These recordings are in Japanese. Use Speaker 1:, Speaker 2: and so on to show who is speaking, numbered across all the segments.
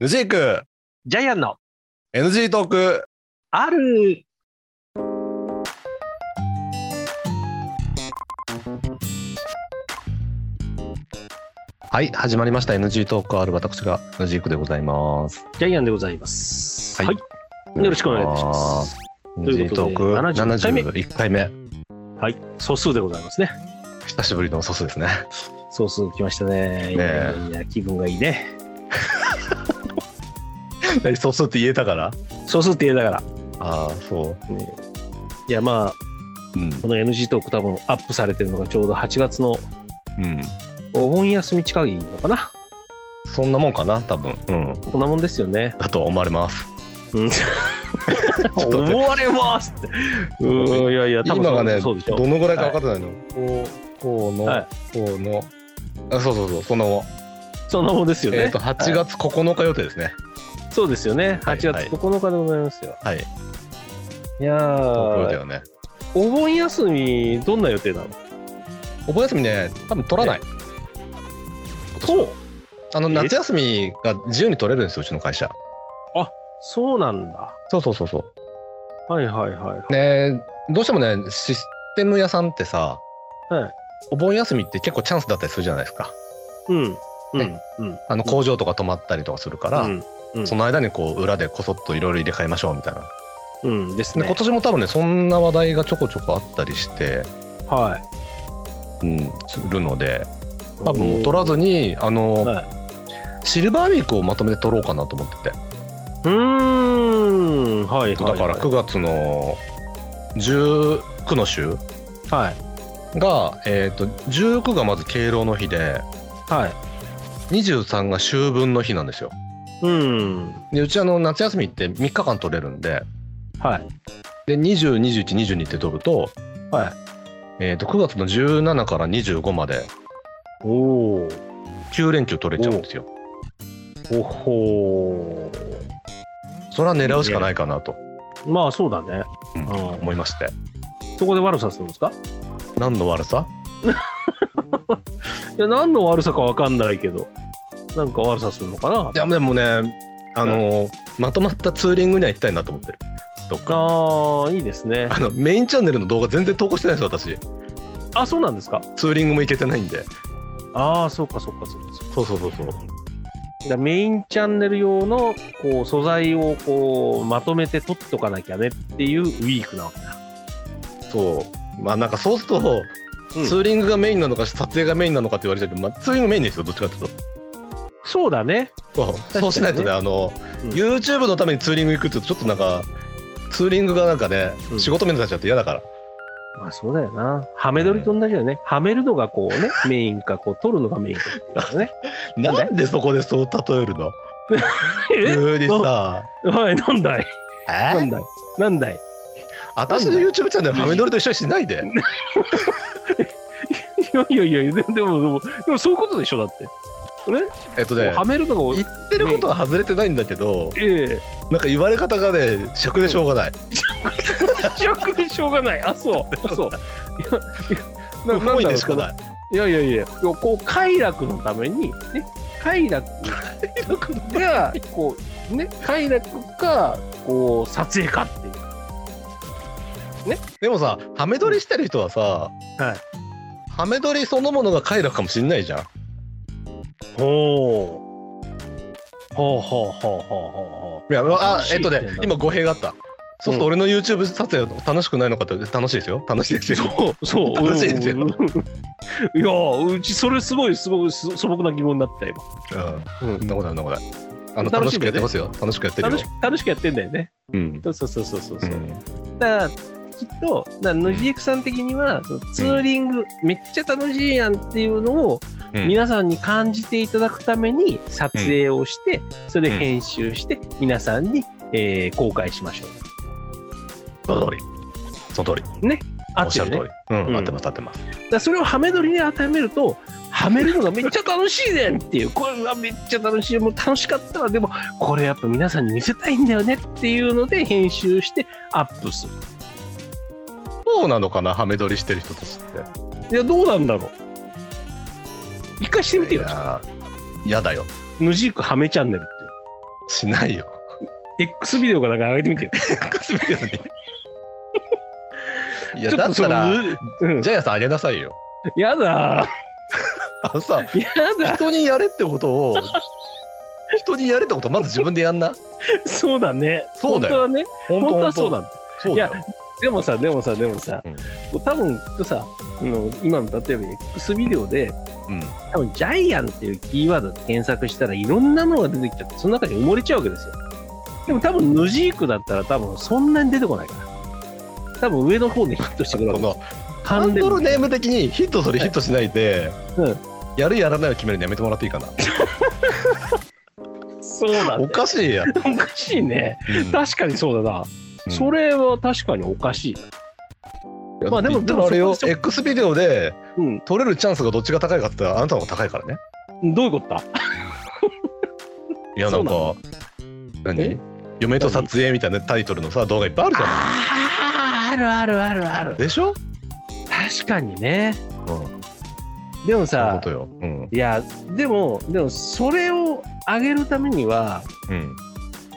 Speaker 1: ヌジーク
Speaker 2: ジャイアンの
Speaker 1: NG トーク
Speaker 2: ある
Speaker 1: はい始まりました NG トークある私がヌジークでございます
Speaker 2: ジャイアンでございます。
Speaker 1: はい
Speaker 2: よろしくお願いします。と
Speaker 1: NG
Speaker 2: いうこと
Speaker 1: トー
Speaker 2: で
Speaker 1: ク
Speaker 2: 71回目
Speaker 1: 71回目
Speaker 2: はい、総数でございますね。
Speaker 1: 久しぶりのソスです ね
Speaker 2: 総数来ましたね。いやいやいや気分がいいね。
Speaker 1: 何ソスって言えたから
Speaker 2: 総数って言えなが
Speaker 1: ああそ
Speaker 2: ら、ねいやまあ
Speaker 1: ううん
Speaker 2: この NG トーク多分アップされてるのがちょうど8月の
Speaker 1: うん
Speaker 2: お盆休み近いのかな。
Speaker 1: そんなもんかな多分うん
Speaker 2: こんなもんですよね。
Speaker 1: だと思われます
Speaker 2: うん、
Speaker 1: ょっと待って
Speaker 2: 思われますって。 うんいやいや多分
Speaker 1: 今がね
Speaker 2: そうでしょ
Speaker 1: ど。のぐらいか分かってないの、こうこうの、
Speaker 2: はい
Speaker 1: こうのあそうそうそうその
Speaker 2: そんなもんですよね。
Speaker 1: えっ、と8
Speaker 2: はい
Speaker 1: 月9日予定ですね
Speaker 2: そうですよね。
Speaker 1: はい
Speaker 2: 8月9日でございますよ。
Speaker 1: はい
Speaker 2: いや
Speaker 1: 東京予定
Speaker 2: ー、
Speaker 1: はね
Speaker 2: お盆休み、どんな予定なの
Speaker 1: お盆休みね多分取らない
Speaker 2: そう
Speaker 1: あの
Speaker 2: え
Speaker 1: 夏休みが自由に取れるんですようちの会社
Speaker 2: そうなんだ。
Speaker 1: そうそうそうそ
Speaker 2: はいはいはい。
Speaker 1: うねどうしてもねシステム屋さんってさ、
Speaker 2: はい
Speaker 1: お盆休みって結構チャンスだったりするじゃないですか
Speaker 2: うん。うん。
Speaker 1: ね
Speaker 2: うん。
Speaker 1: あの工場とか止まったりとかするから、
Speaker 2: うんうん
Speaker 1: その間にこう裏でこそっといろいろ入れ替えましょうみたいな
Speaker 2: うん。です
Speaker 1: で
Speaker 2: ね
Speaker 1: 今。年も多分ねそんな話題がちょこちょこあったりして、
Speaker 2: は
Speaker 1: う
Speaker 2: い。
Speaker 1: ん、するので多分もう取らずにあの、
Speaker 2: はい
Speaker 1: シルバーウィークをまとめて取ろうかなと思ってて
Speaker 2: うーん。はいは
Speaker 1: だ
Speaker 2: い、
Speaker 1: から9月の19の週
Speaker 2: はい。
Speaker 1: が、えー、と19がまず敬老の日で
Speaker 2: はい。
Speaker 1: 23が秋分の日なんですよ
Speaker 2: うん。
Speaker 1: でうちあの夏休みって3日間取れるんで
Speaker 2: はい。
Speaker 1: で202122って取ると,、
Speaker 2: はい。
Speaker 1: えー、と9月の17から25まで
Speaker 2: おお。
Speaker 1: 9連休取れちゃうんですよ
Speaker 2: おほー。
Speaker 1: それは狙うしかないかなと、
Speaker 2: まあそうだね。
Speaker 1: うん
Speaker 2: うん
Speaker 1: 思いまして
Speaker 2: そこで悪さするんですか
Speaker 1: 何の悪さ
Speaker 2: いや、何の悪さかわかんないけど。なんか悪さするのかない
Speaker 1: やでもねあの、まとまったツーリングには行きたいなと思ってるどっか
Speaker 2: ああ、いいですね。
Speaker 1: あのメインチャンネルの動画全然投稿してないです私
Speaker 2: あ、そうなんですか。
Speaker 1: ツーリングも行けてないんで
Speaker 2: ああ、そうか、そうか、そうか。そ
Speaker 1: そ
Speaker 2: うか
Speaker 1: うそうそうそう
Speaker 2: だからメインチャンネル用のこう素材をこうまとめて取っとかなきゃねっていうウィークなわけだ。
Speaker 1: そうまあなんかそうすると、
Speaker 2: うん
Speaker 1: ツーリングがメインなのか撮影がメインなのかって言われちゃうけど、まあ、ツーリングメインですよどっちかっていう
Speaker 2: そうだね。
Speaker 1: とそう,、
Speaker 2: かにね
Speaker 1: そうしないとねあの、
Speaker 2: うん
Speaker 1: YouTube のためにツーリング行くって言うとちょっとなんかツーリングがなんかね、
Speaker 2: うん
Speaker 1: 仕事面になっちゃって嫌だから
Speaker 2: まあそうだよな。はめ撮りと同じだよね。はめるのがこうね、メインか、こう取るのがメインかっていうのね。なんで
Speaker 1: なんでそこでそう例えるの
Speaker 2: え
Speaker 1: 急にさ
Speaker 2: おい、なんだい
Speaker 1: え
Speaker 2: なんだいなんだい
Speaker 1: 私の YouTube チャンネルはめ撮りと一緒にしないで
Speaker 2: いやいやいや、ででも、でも、でもそういうことでしょ、だって。
Speaker 1: えっと
Speaker 2: こ
Speaker 1: ね
Speaker 2: うはめるのが、
Speaker 1: 言ってることは外れてないんだけど
Speaker 2: ええ
Speaker 1: なんか言われ方がね尺でしょうがない、
Speaker 2: 主役でしょうがない。あ、そう。あそう。いやいや、な
Speaker 1: 不本意でしか
Speaker 2: い
Speaker 1: ない
Speaker 2: いやいやいや、いやこう快楽のために、ね、快楽が、こう、ね、快楽か、こう、撮影かっていう。
Speaker 1: でもさハメ撮りしてる人はさ、
Speaker 2: は
Speaker 1: ハメ撮りそのものが快楽かもしんないじゃん
Speaker 2: ほう。ほうほうほうほうほうほ
Speaker 1: いやあ
Speaker 2: 楽しい
Speaker 1: えっとね
Speaker 2: ってなんだ
Speaker 1: 今語弊があったそうすると俺の YouTube 撮影楽しくないのかって楽しいですよ楽しいですよ
Speaker 2: う。そう、
Speaker 1: 楽しいですよ
Speaker 2: うんいや、うち、それすごい、すごい、す素朴な疑問になった、今。
Speaker 1: うん、そんなことないそんなことないあの
Speaker 2: 楽
Speaker 1: 楽
Speaker 2: し
Speaker 1: し
Speaker 2: い
Speaker 1: く
Speaker 2: ね
Speaker 1: やってますよ楽しくやってるよ
Speaker 2: 楽しく、楽しくやってんだよね。
Speaker 1: うん
Speaker 2: そうそうそうそうそう。
Speaker 1: う
Speaker 2: うんだからきっとだから野地エクさん的にはそのツーリング、めっちゃ楽しいやんっていうのを
Speaker 1: うん
Speaker 2: 皆さんに感じていただくために撮影をして、それ編集して皆さんに、えー公開しましょう。
Speaker 1: その通りその通りおっ
Speaker 2: あって
Speaker 1: しゃ
Speaker 2: る
Speaker 1: る通
Speaker 2: ね。だか
Speaker 1: りうん、
Speaker 2: うん
Speaker 1: 合ってます合ってます
Speaker 2: らそれをハメ撮りに当てはめると、はめるのがめっちゃ楽しいねんっていう、 これはめっちゃ楽しい、もう楽しかったわ、でもこれやっぱ皆さんに見せたいんだよねっていうので編集してアップする。
Speaker 1: そうなのかなハメ撮りしてる人たちって
Speaker 2: いや、どうなんだろう。一回してみて
Speaker 1: い
Speaker 2: よ。
Speaker 1: やー嫌だよ
Speaker 2: ヌジークハメチャンネルって。
Speaker 1: しないよ。
Speaker 2: X ビデオかなんか上げてみてよ。
Speaker 1: い
Speaker 2: い
Speaker 1: や、だったら、、
Speaker 2: うん、
Speaker 1: ジャイアンさんあげなさいよ。
Speaker 2: やだ
Speaker 1: あのさ、
Speaker 2: ー、やだ、
Speaker 1: 人にやれってことを、人にやれってことまず自分でやんな。
Speaker 2: そうだね。
Speaker 1: そうだよ
Speaker 2: 本当はね、
Speaker 1: 本
Speaker 2: 本当はそうだ。
Speaker 1: そうだよ
Speaker 2: いでもさ、でもさ、でもさ、
Speaker 1: うん
Speaker 2: 多分さ、あの今の例えば X ビデオで、
Speaker 1: うん。
Speaker 2: 多分ジャイアンっていうキーワードで検索したらいろんなものが出てきちゃって、その中に埋もれちゃうわけですよ。でも多分ヌジークだったら多分そんなに出てこないから。多分上の方でヒットしてくるわ
Speaker 1: こ
Speaker 2: け。
Speaker 1: のハンドル
Speaker 2: ね。
Speaker 1: ネーム的にヒットするヒットしないで、
Speaker 2: うん
Speaker 1: やるやらないを決めるのやめてもらっていいかな。
Speaker 2: そうだ、ね
Speaker 1: お。かしい やん。
Speaker 2: おかしいね。確かにそうだな。
Speaker 1: うん
Speaker 2: それは確かにおかしい。
Speaker 1: いや
Speaker 2: まあでも
Speaker 1: 言ったらあれよ
Speaker 2: でも、そ
Speaker 1: X ビデオで
Speaker 2: うん。
Speaker 1: 取れるチャンスがどっちが高いかって言ったら、あなたの方が高いからね。
Speaker 2: どういうことだ
Speaker 1: いや、なん
Speaker 2: そ
Speaker 1: か、
Speaker 2: え
Speaker 1: 何嫁と撮影みたいなタイトルのさ、動画いっぱいあるじゃ
Speaker 2: あーあるあるあるある
Speaker 1: ん。。でしょ
Speaker 2: 確かにね。
Speaker 1: うん。そういう
Speaker 2: でも
Speaker 1: こ
Speaker 2: さ、
Speaker 1: とよ。うん。
Speaker 2: いや、でも、でも、それを上げるためには、
Speaker 1: うん。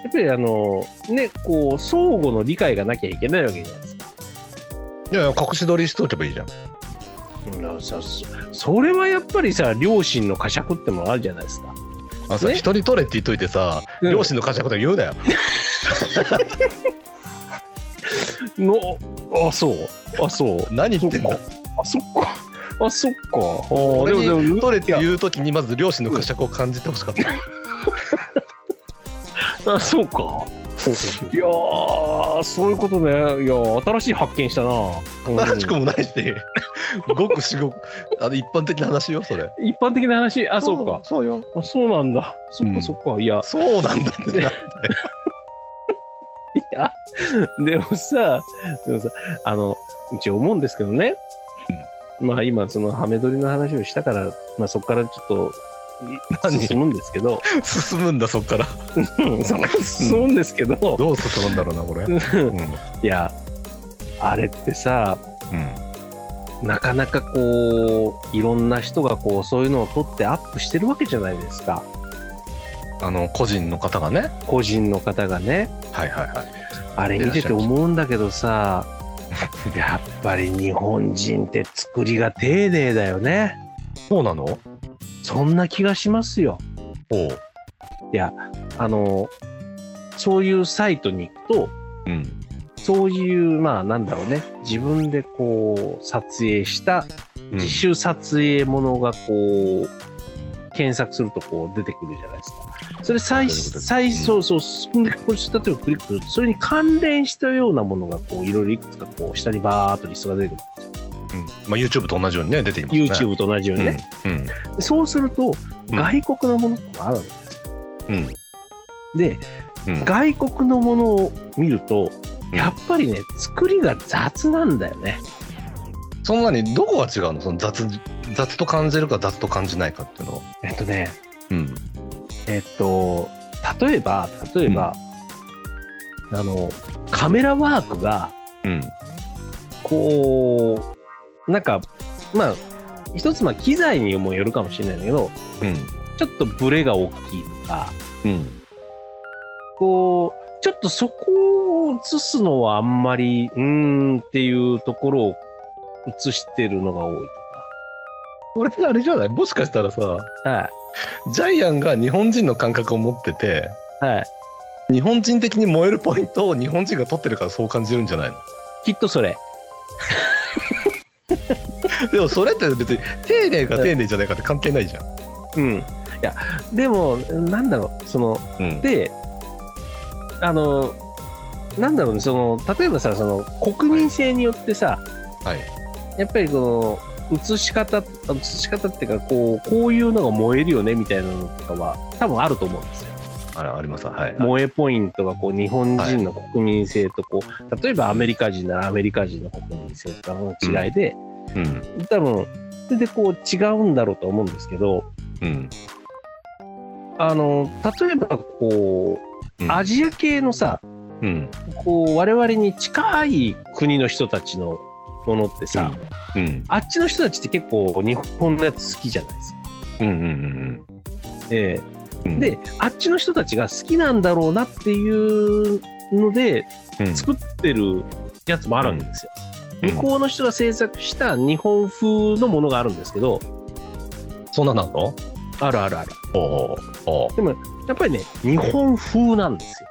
Speaker 2: やっぱりあの、ね、こう、相互の理解がなきゃいけないわけじゃないですか。
Speaker 1: いやいや、隠し撮りしとけばいいじゃん。
Speaker 2: うん、そそそれはやっぱりさ、両親の呵責ってものあるじゃないですか。
Speaker 1: あさ、
Speaker 2: ね
Speaker 1: 一人撮れって言っといてさ、
Speaker 2: うん
Speaker 1: 両親の会社のこと言うなよ。
Speaker 2: の、あ、そう。あ、そう。
Speaker 1: 何言ってん
Speaker 2: そ
Speaker 1: だ
Speaker 2: っ。あ、そっか。あ、そっか。あー
Speaker 1: 俺に
Speaker 2: も、
Speaker 1: 撮れって
Speaker 2: い
Speaker 1: 言うときにまず両親の呵責を感じてほしかった。
Speaker 2: やあ、そうか。いやー、そういうことね。いやー、新しい発見したな。
Speaker 1: 正しくもないし、ごくしごく、あの一般的な話よ、それ。
Speaker 2: 一般的な話、あ、
Speaker 1: あ
Speaker 2: そうか。
Speaker 1: そうよ。
Speaker 2: あ、そうなんだ。そっ
Speaker 1: う
Speaker 2: か、
Speaker 1: ん
Speaker 2: そっか。いや、
Speaker 1: そうなんだってな。
Speaker 2: いや、でもさ、でもさ、あの、一応思うんですけどね。まあ今、そのハメ撮りの話をしたから、まあそこからちょっと、
Speaker 1: 何
Speaker 2: 進むんですけど、
Speaker 1: 進むんだ、そっから。
Speaker 2: うん そこから進むんですけど、
Speaker 1: どう進むんだろうな、これ。うん。
Speaker 2: うん
Speaker 1: うん。
Speaker 2: いや、あれってさ、なかなかこう、いろんな人がこう、そういうのを撮ってアップしてるわけじゃないですか。
Speaker 1: あの、個人の方がね。
Speaker 2: 個人の方がね。
Speaker 1: はいはいはい。
Speaker 2: あれ見てて思うんだけどさ、やっぱり日本人って作りが丁寧だよね。
Speaker 1: そうなのお
Speaker 2: そんな気がしますよ。
Speaker 1: う。
Speaker 2: あの、そういうサイトに行くと、
Speaker 1: うん。
Speaker 2: そういう、まあなんだろうね、自分でこう、撮影した、
Speaker 1: うん
Speaker 2: 自主撮影ものがこう、検索するとこう出てくるじゃないですか。それ最、
Speaker 1: そういうことです
Speaker 2: 最、
Speaker 1: うん
Speaker 2: そうそう、これ、これ、例えばクリックすると、それに関連したようなものがこう、いろいろいくつかこう、下にバーっとリストが出てく
Speaker 1: うんまあ、YouTube と同じようにね、出てきます
Speaker 2: る。
Speaker 1: ね。
Speaker 2: YouTube と同じようにね。
Speaker 1: うん。うん。
Speaker 2: そうすると、
Speaker 1: うん
Speaker 2: 外国のものとかあるわけです。
Speaker 1: うん。
Speaker 2: で、
Speaker 1: うん。
Speaker 2: 外国のものを見ると
Speaker 1: うん
Speaker 2: やっぱりね作りが雑なんだよね
Speaker 1: そんなにどこが違うのその雑雑と感じるか雑と感じないかっていうのは。
Speaker 2: えっとね
Speaker 1: うん。
Speaker 2: えっと例えば例えば、あのカメラワークが
Speaker 1: うん。
Speaker 2: こうなんかまあ一つまあ機材にもよるかもしれないんだけど
Speaker 1: うん。
Speaker 2: ちょっとブレが大きいとか
Speaker 1: うん。
Speaker 2: こうちょっとそこを映すのはあんまりうーんっていうところを映してるのが多いと
Speaker 1: これってあれじゃないもしかしたらさ、
Speaker 2: かは
Speaker 1: ジャイアンが日本人の感覚を持ってて、
Speaker 2: いはい
Speaker 1: 日本人的に燃えるポイントを日本人が取ってるからそう感じるんじゃないの
Speaker 2: きっとそれ
Speaker 1: でもそれって別に丁寧か丁寧じゃないかって関係ないじゃん。
Speaker 2: うん、いやでもなんだろうその
Speaker 1: うん。
Speaker 2: であのなんだろうねその例えばさその国民性によってさ
Speaker 1: はい。
Speaker 2: やっぱりこの映し方映し方っていうかこうこういうのが燃えるよねみたいなのとかは多分あると思うんですよ。
Speaker 1: あれありますわはい。
Speaker 2: 萌えポイントがこう日本人の国民性とこう、例えばアメリカ人ならアメリカ人の国民性とかの違いで、
Speaker 1: うん。
Speaker 2: 多分それでこう違うんだろうと思うんですけど
Speaker 1: うん。
Speaker 2: あの例えばこう、
Speaker 1: うん
Speaker 2: アジア系のさ
Speaker 1: うん。
Speaker 2: こう我々に近い国の人たちのものってさ、
Speaker 1: うん。
Speaker 2: あっちの人たちって結構日本のやつ好きじゃないですか。
Speaker 1: うん。うん。
Speaker 2: ええ
Speaker 1: うん、
Speaker 2: であっちの人たちが好きなんだろうなっていうので
Speaker 1: うん、
Speaker 2: 作ってるやつもあるんですよ。
Speaker 1: うん
Speaker 2: 向こうの人が制作した日本風のものがあるんですけど
Speaker 1: そんなんなんの
Speaker 2: あるあるある
Speaker 1: おおおう
Speaker 2: やっぱりね日本風なんですよ。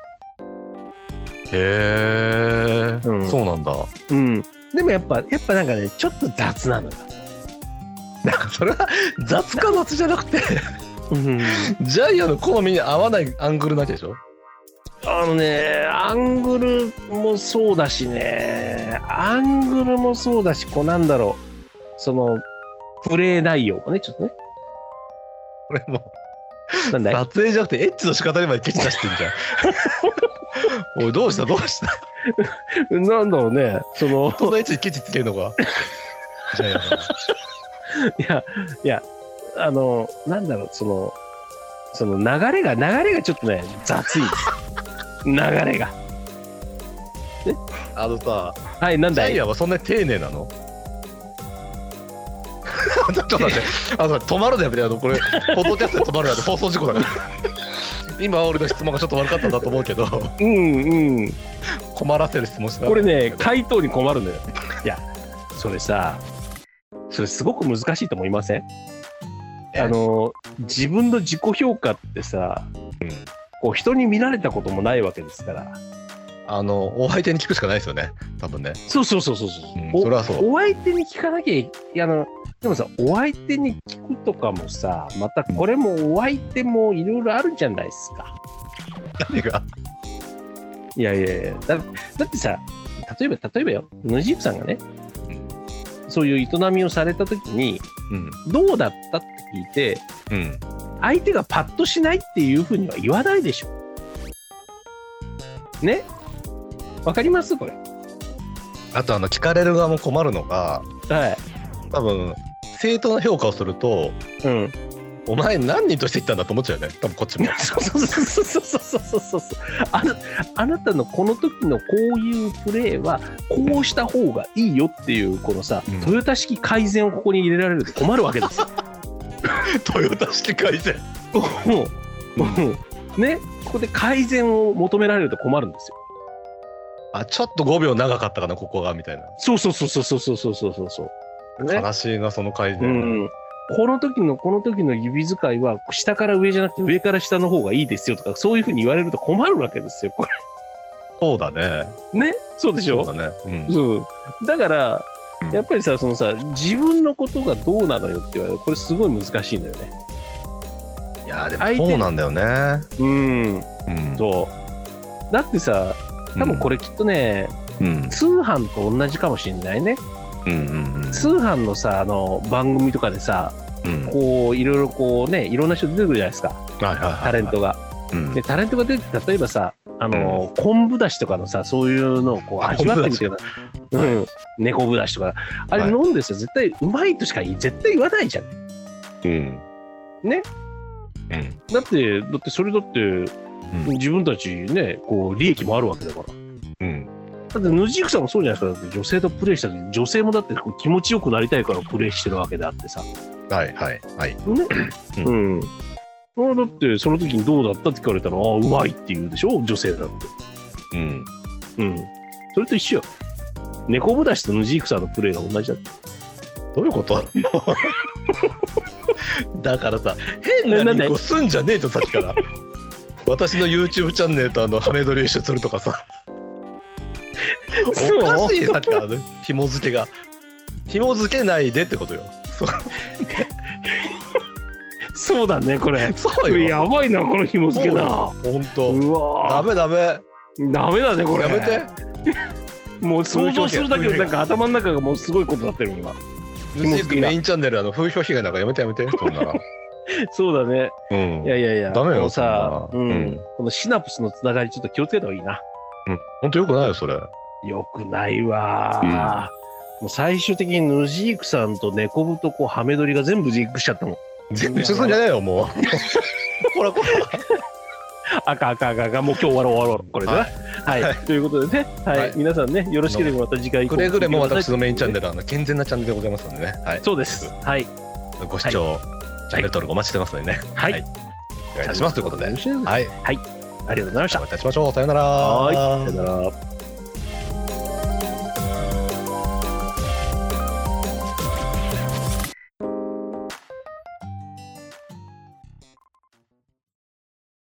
Speaker 1: へえ、
Speaker 2: うん
Speaker 1: そうなんだ
Speaker 2: うん、でもやっぱやっぱなんかねちょっと雑なのよ。
Speaker 1: なんかそれは雑か雑じゃなくて
Speaker 2: うん
Speaker 1: ジャイアンの好みに合わないアングルなわけでしょ
Speaker 2: あのね、アングルもそうだしね、アングルもそうだし、こうなんだろう、その、プレイ内容もね、ちょっとね、
Speaker 1: これも
Speaker 2: なんだい
Speaker 1: 撮影じゃなくてエッチの仕方にまでケチ出してんじ ゃんおいどうしたどうした
Speaker 2: なんだろうね、その、
Speaker 1: このエッチにケチつけるのかジャイアンが
Speaker 2: いや、いや、あの、なんだろう、その、その流れが、流れがちょっとね、雑いんです。流れが。
Speaker 1: あのさ
Speaker 2: はい、なん
Speaker 1: ジ
Speaker 2: だ
Speaker 1: ャ
Speaker 2: い
Speaker 1: イアンはそんなに丁寧なの ちょっと待って、あの止まるのやめて、あのこれ、ポッドキャストで止まるなんて放送事故だから。今、俺の質問がちょっと悪かったんだと思うけど、
Speaker 2: うんうん。
Speaker 1: 困らせる質問しな
Speaker 2: これね、回答に困るのよ。いや、それさ、それすごく難しいと思いません
Speaker 1: ええ
Speaker 2: あの自分の自己評価ってさ、
Speaker 1: うん
Speaker 2: こう人に見られたこともないわけですから
Speaker 1: あの、お相手に聞くしかないですよね、多分ね。
Speaker 2: そうそうそうそうそ
Speaker 1: う
Speaker 2: う、
Speaker 1: ん
Speaker 2: お
Speaker 1: それはそう。
Speaker 2: お相手に聞かなきゃいいやあのでもさお相手に聞くとかもさまたこれもお相手もいろいろあるじゃないですか
Speaker 1: 何が
Speaker 2: いやいやいやだだってさ例えば例えばよヌジープさんがねそういう営みをされた時に
Speaker 1: うん。
Speaker 2: どうだったって聞いて
Speaker 1: うん。
Speaker 2: 相手がパッとしないっていうふうには言わないでしょ。ねわかりますこれ。
Speaker 1: あと、あの、聞かれる側も困るのが、
Speaker 2: はい。
Speaker 1: 多分、正当な評価をすると、
Speaker 2: うん。
Speaker 1: お前何人として言ったんだと思っちゃうよね、多分こっ ちも。
Speaker 2: そうそうそうそうそうそうそうそうあな。あなたのこの時のこういうプレーはこうした方がいいよっていうこのさ、
Speaker 1: うん
Speaker 2: トヨタ式改善をここに入れられると困るわけですよ。
Speaker 1: トヨタ式改善。
Speaker 2: も うもうねここで改善を求められると困るんですよ。
Speaker 1: あ、ちょっと5秒長かったかな、ここが、みたいな。
Speaker 2: そうそうそうそうそうそうそうそうそう。ね
Speaker 1: 悲しいな、その改
Speaker 2: う
Speaker 1: 善。
Speaker 2: ん、この時のこの時の指使いは下から上じゃなくて上から下の方がいいですよとかそういうふうに言われると困るわけですよこ
Speaker 1: そうだね。
Speaker 2: れねそうでしょ
Speaker 1: そうだね。うん。
Speaker 2: そうだから
Speaker 1: うん
Speaker 2: やっぱりさそのさ自分のことがどうなのよって言われるこれすごい難しいんだよね
Speaker 1: いや、で
Speaker 2: 相手
Speaker 1: もそうなんだよね。
Speaker 2: うん
Speaker 1: うん。
Speaker 2: そうだってさ多分これきっとね、
Speaker 1: うん。
Speaker 2: 通販と同じかもしれないね
Speaker 1: うん。うん。うん。
Speaker 2: 通販のさあの番組とかでさ
Speaker 1: うん。はい
Speaker 2: こういろいろこうねいろんな人出てくるじゃないですか
Speaker 1: はいはい。
Speaker 2: タレントが。
Speaker 1: うん。
Speaker 2: でタレントが出て例えばさあの、昆布だしとかのさそういうのをこう
Speaker 1: あ
Speaker 2: 味わってみてください、
Speaker 1: 昆
Speaker 2: うん、猫ぶだしとかあれ
Speaker 1: はい
Speaker 2: 飲んでさ、絶対うまいとしか絶対言わないじゃん
Speaker 1: うん。
Speaker 2: ね。
Speaker 1: うん。
Speaker 2: だってだってそれだって
Speaker 1: うん
Speaker 2: 自分たちねこう利益もあるわけだからだ
Speaker 1: うん。
Speaker 2: ってヌジークさんもそうじゃないですかだって女性とプレイした時女性もだってこう気持ちよくなりたいからプレイしてるわけであってさ
Speaker 1: はいはいはい。
Speaker 2: ね
Speaker 1: う
Speaker 2: うん、あだってその時にどうだったって聞かれたらああうまいって言うでしょ女性だって
Speaker 1: うん。
Speaker 2: うん。それと一緒よ。猫ぶだしとヌジークさんのプレーが同じだって。
Speaker 1: どういうこと だからさ、変
Speaker 2: な
Speaker 1: な
Speaker 2: なんで
Speaker 1: リンクすんじゃねえと、さっきから。私の YouTube チャンネルとあのハメ撮りを一緒にするとかさ。おかしいよさっきからね。紐付けが。紐付けないでってことよ。そう
Speaker 2: そうだね、これ。
Speaker 1: そうよ。
Speaker 2: やばいな、この紐付けな。
Speaker 1: ほんと。
Speaker 2: う
Speaker 1: ダ
Speaker 2: わ
Speaker 1: メダメ。
Speaker 2: ーダメだね、これ。
Speaker 1: やめて。
Speaker 2: もう想像するだけで、なんか頭の中がもうすごいことになってるもん今。
Speaker 1: ムジックメインチャンネルあの風評被害なんかやめてやめて。そんな。
Speaker 2: そうだね。
Speaker 1: うん
Speaker 2: い。やいやいや。
Speaker 1: ダメよ
Speaker 2: このさ、
Speaker 1: そ
Speaker 2: うん
Speaker 1: なんうん。
Speaker 2: このシナプスのつながり、ちょっと気をつけた方がいいな。
Speaker 1: うんほんとよくないよ、それ。
Speaker 2: よくないわ
Speaker 1: うん
Speaker 2: ー。もう最終的にヌジークさんと猫ぶとこうハメ撮りが全部リンクしちゃったもん。
Speaker 1: 全部一緒すんじゃねえよ、 もう。ほらほら。
Speaker 2: 赤赤赤赤もう今日終わろう終わろうこれでなはい、
Speaker 1: は
Speaker 2: ということでねはい、
Speaker 1: はい
Speaker 2: 皆さんねよろしければまた次回以降
Speaker 1: くれぐれも私のメインチャンネ
Speaker 2: ル
Speaker 1: ル、あの健全なチャンネルでございますのでね、はい、
Speaker 2: そうですはい
Speaker 1: ご視聴、チャンネル登録お待ちしてますのでね。
Speaker 2: はい、
Speaker 1: はい願いいたしますということで
Speaker 2: はい、
Speaker 1: はい
Speaker 2: ありがとうございました。
Speaker 1: お会いいたしましょうさようなら
Speaker 2: はいさよなら。